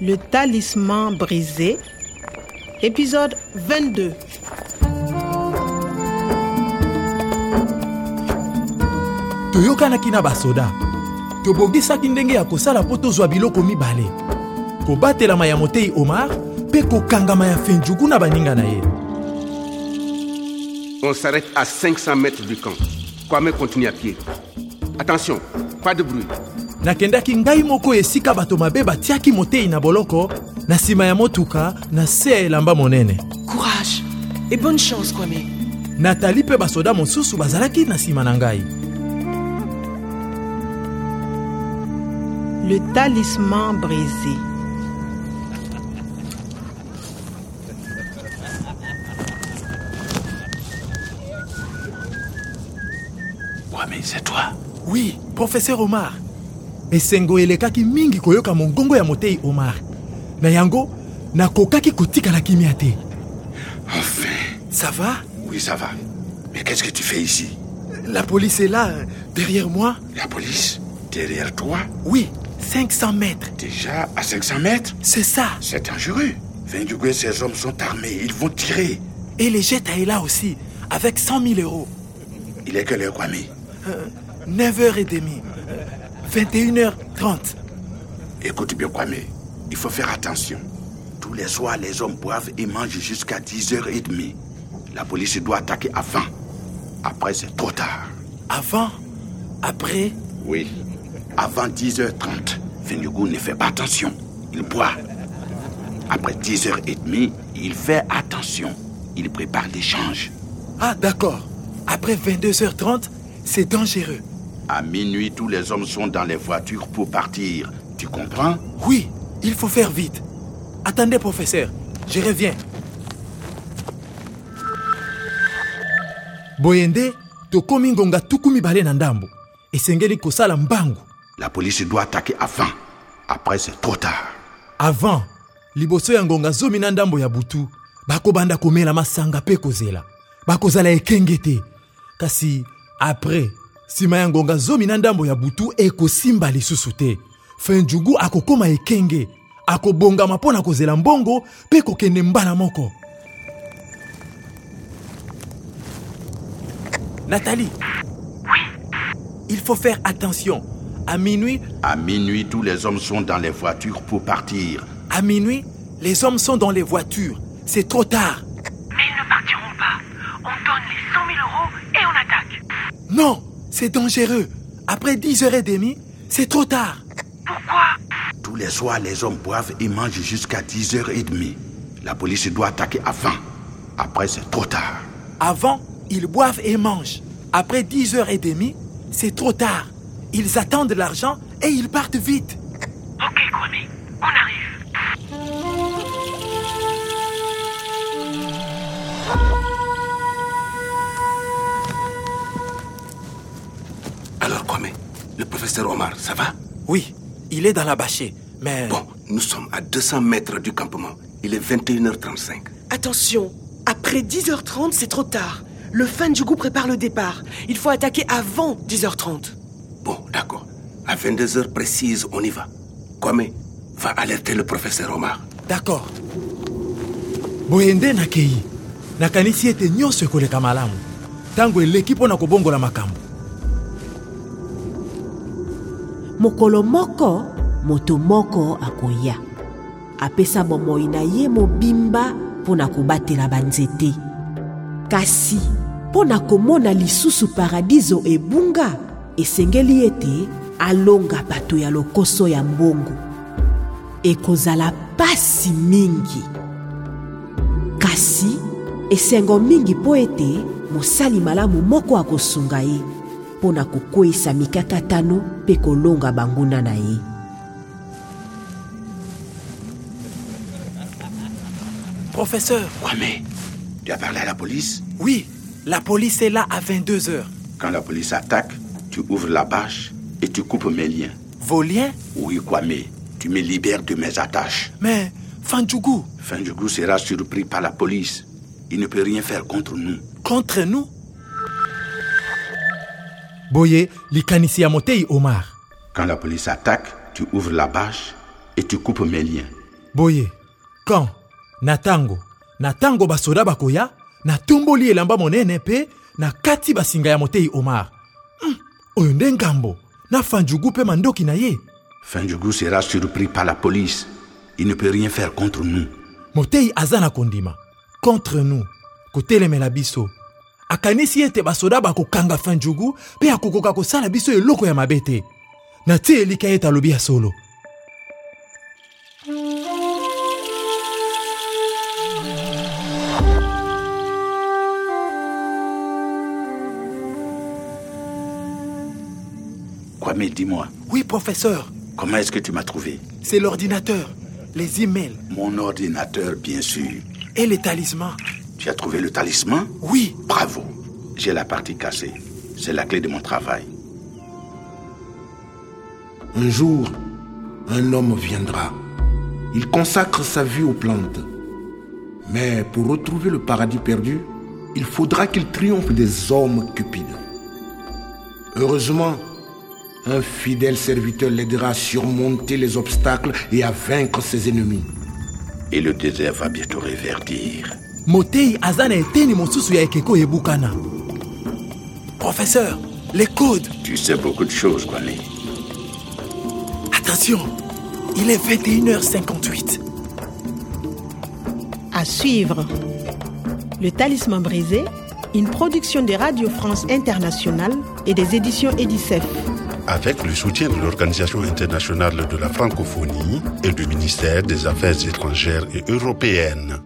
Le talisman brisé, épisode 22. toyokanaki na basoda tobongisaki ndenge ya kosala mpo tozwa biloko mibale kobatelama ya motei omar mpe kokangama ya fenjugu na baninga na ye On s'arrête à 500 mètres du camp. Kwame continue à pied. Attention, pas de bruit. nakendaki ngai moko esika bato mabe batiaki motei na boloko na nsima ya motuka na se ya elamba monene Courage et bonne chance, Kwame. natali mpe basoda mosusu bazalaki na nsima na ngai Le talisman brisé. oui professeur omar esengo elekaki mingi koyoka mongongo ya motei omar na yango nakokaki kotikala kimia te Enfin ça va Oui, ça va. Mais qu'est-ce que tu fais ici La police est là, euh, derrière moi La police Derrière toi Oui, 500 mètres, Déjà à 500 mètres c'est ça. C'est dangereux. Vindugo et ses hommes sont armés. Ils vont tirer. Et les jets est là aussi, avec 100 000 euros. Il est que l'heure, Kwame 9h30, euh, 21h30. Écoute bien, Kwame. Il faut faire attention. Tous les soirs, les hommes boivent et mangent jusqu'à 10h30. La police doit attaquer avant. Après, c'est trop tard. Avant, après, Oui. Avant 10h30, Fenugu ne fait pas attention. Il boit. Après 10h30, il fait attention. Il prépare l'échange. ah d'accord, après 22h30, c'est dangereux. À minuit, tous les hommes sont dans les voitures pour partir. Tu comprends Oui, il faut faire vite. Attendez, professeur, je reviens. boye nde tokomi ngonga tuku mibale na ndambo esengeli kosala mbangu La police doit attaquer avant. Après, c'est trop tard. avant liboso ya ngonga zomi na ndambo ya butu bakobanda komela masanga mpe kozela bakozala ekenge te kasi apres nsima ya ngonga zomi na ndambo ya butu ekosimba lisusu te fenjugu akokóma ekenge akobongama mpo na kozela mbongo mpe kokende mbala moko natali il faut faire attention à minuit À minuit, tous les hommes sont dans les voitures pour partir. À minuit, les hommes sont dans les voitures. C'est trop tard. Mais ils ne partiront pas. On donne les 100 000 euros et on attaque. Non, c'est dangereux. Après 10h30, c'est trop tard. Pourquoi Tous les soirs, les hommes boivent et mangent jusqu'à 10h30. La police doit attaquer avant. Après, c'est trop tard. Avant, ils boivent et mangent. Après 10h30, c'est trop tard. Ils attendent l'argent et ils partent vite. Ok, Kwame, on arrive. Alors, Kwame, le professeur Omar, ça va Oui, il est dans la bâchée, mais... Bon, nous sommes à 200 mètres du campement. Il est 21h35. Attention, après 10h30, c'est trop tard. Le fan du goût prépare le départ. Il faut attaquer avant 10h30. Bon, d'accord. À 22h précise, on y va. Kwame, va alerter le professeur Omar. d'accord boye nde nakeyi nakanisi ete nyonso ekoleka malamu ntango eleki mpo na kobongola makambo mokolo moko moto moko akoya apesa bomoi na ye mobimba mpo na kobatela banzete kasi mpo na komona lisusu paradiso ebunga esengeli ete alonga bato ya lokoso ya mbongo ekozala pasi mingi kasi esengo mingi mpo ete mosali malamu moko akosunga ye mpo na kokweyisa mikakatano mpe kolonga banguna na ye professeur Kwame, tu as parlé à la police oui la police est là à 22h Quand la police attaque, tu ouvres la bâche et tu coupes mes liens. vos liens Oui, Kwame, tu me libères de mes attaches. Mais Fanjugu, Fendjougou sera surpris par la police. Il ne peut rien faire contre nous. contre nous boye likanisi ya motei omar Quand la police attaque, tu ouvres la bâche et tu coupes mes liens. boye quand na ntango na ntango basoda bakoya natomboli elamba monene mpe nakati basinga ya motei omar Hmm, oyo nde ngambo na fanjugu mpe mandoki na ye Fendjougou sera surpris par la police. Il ne peut rien faire contre nous. motei aza na kondima contre nous kotelemela biso akanisi ete basoda bakokanga fanjugu mpe akokoka kosala biso eloko ya mabe te natie elika ete alobi ya solo Kwame, dis-moi, oui professeur comment est-ce que tu m'as trouvé c'est l'ordinateur les emails Mon ordinateur, bien sûr. et les talismans Tu as trouvé le talisman oui Bravo. J'ai la partie cassée. C'est la clé de mon travail. Un jour, un homme viendra. Il consacre sa vie aux plantes. Mais pour retrouver le paradis perdu, il faudra qu'il triomphe des hommes cupides. Heureusement, un fidèle serviteur l'aidera à surmonter les obstacles et à vaincre ses ennemis. Et le désert va bientôt réverdir. motei aza na eteni mosusu ya ekeko oyebukana professeur les codes Tu sais beaucoup de choses, Kwame. attention il est 21h58 À suivre. Le Talisman brisé, une production de Radio France Internationale et des éditions Edicef. avec le soutien de l'Organisation internationale de la francophonie et du ministère des Affaires étrangères et européennes.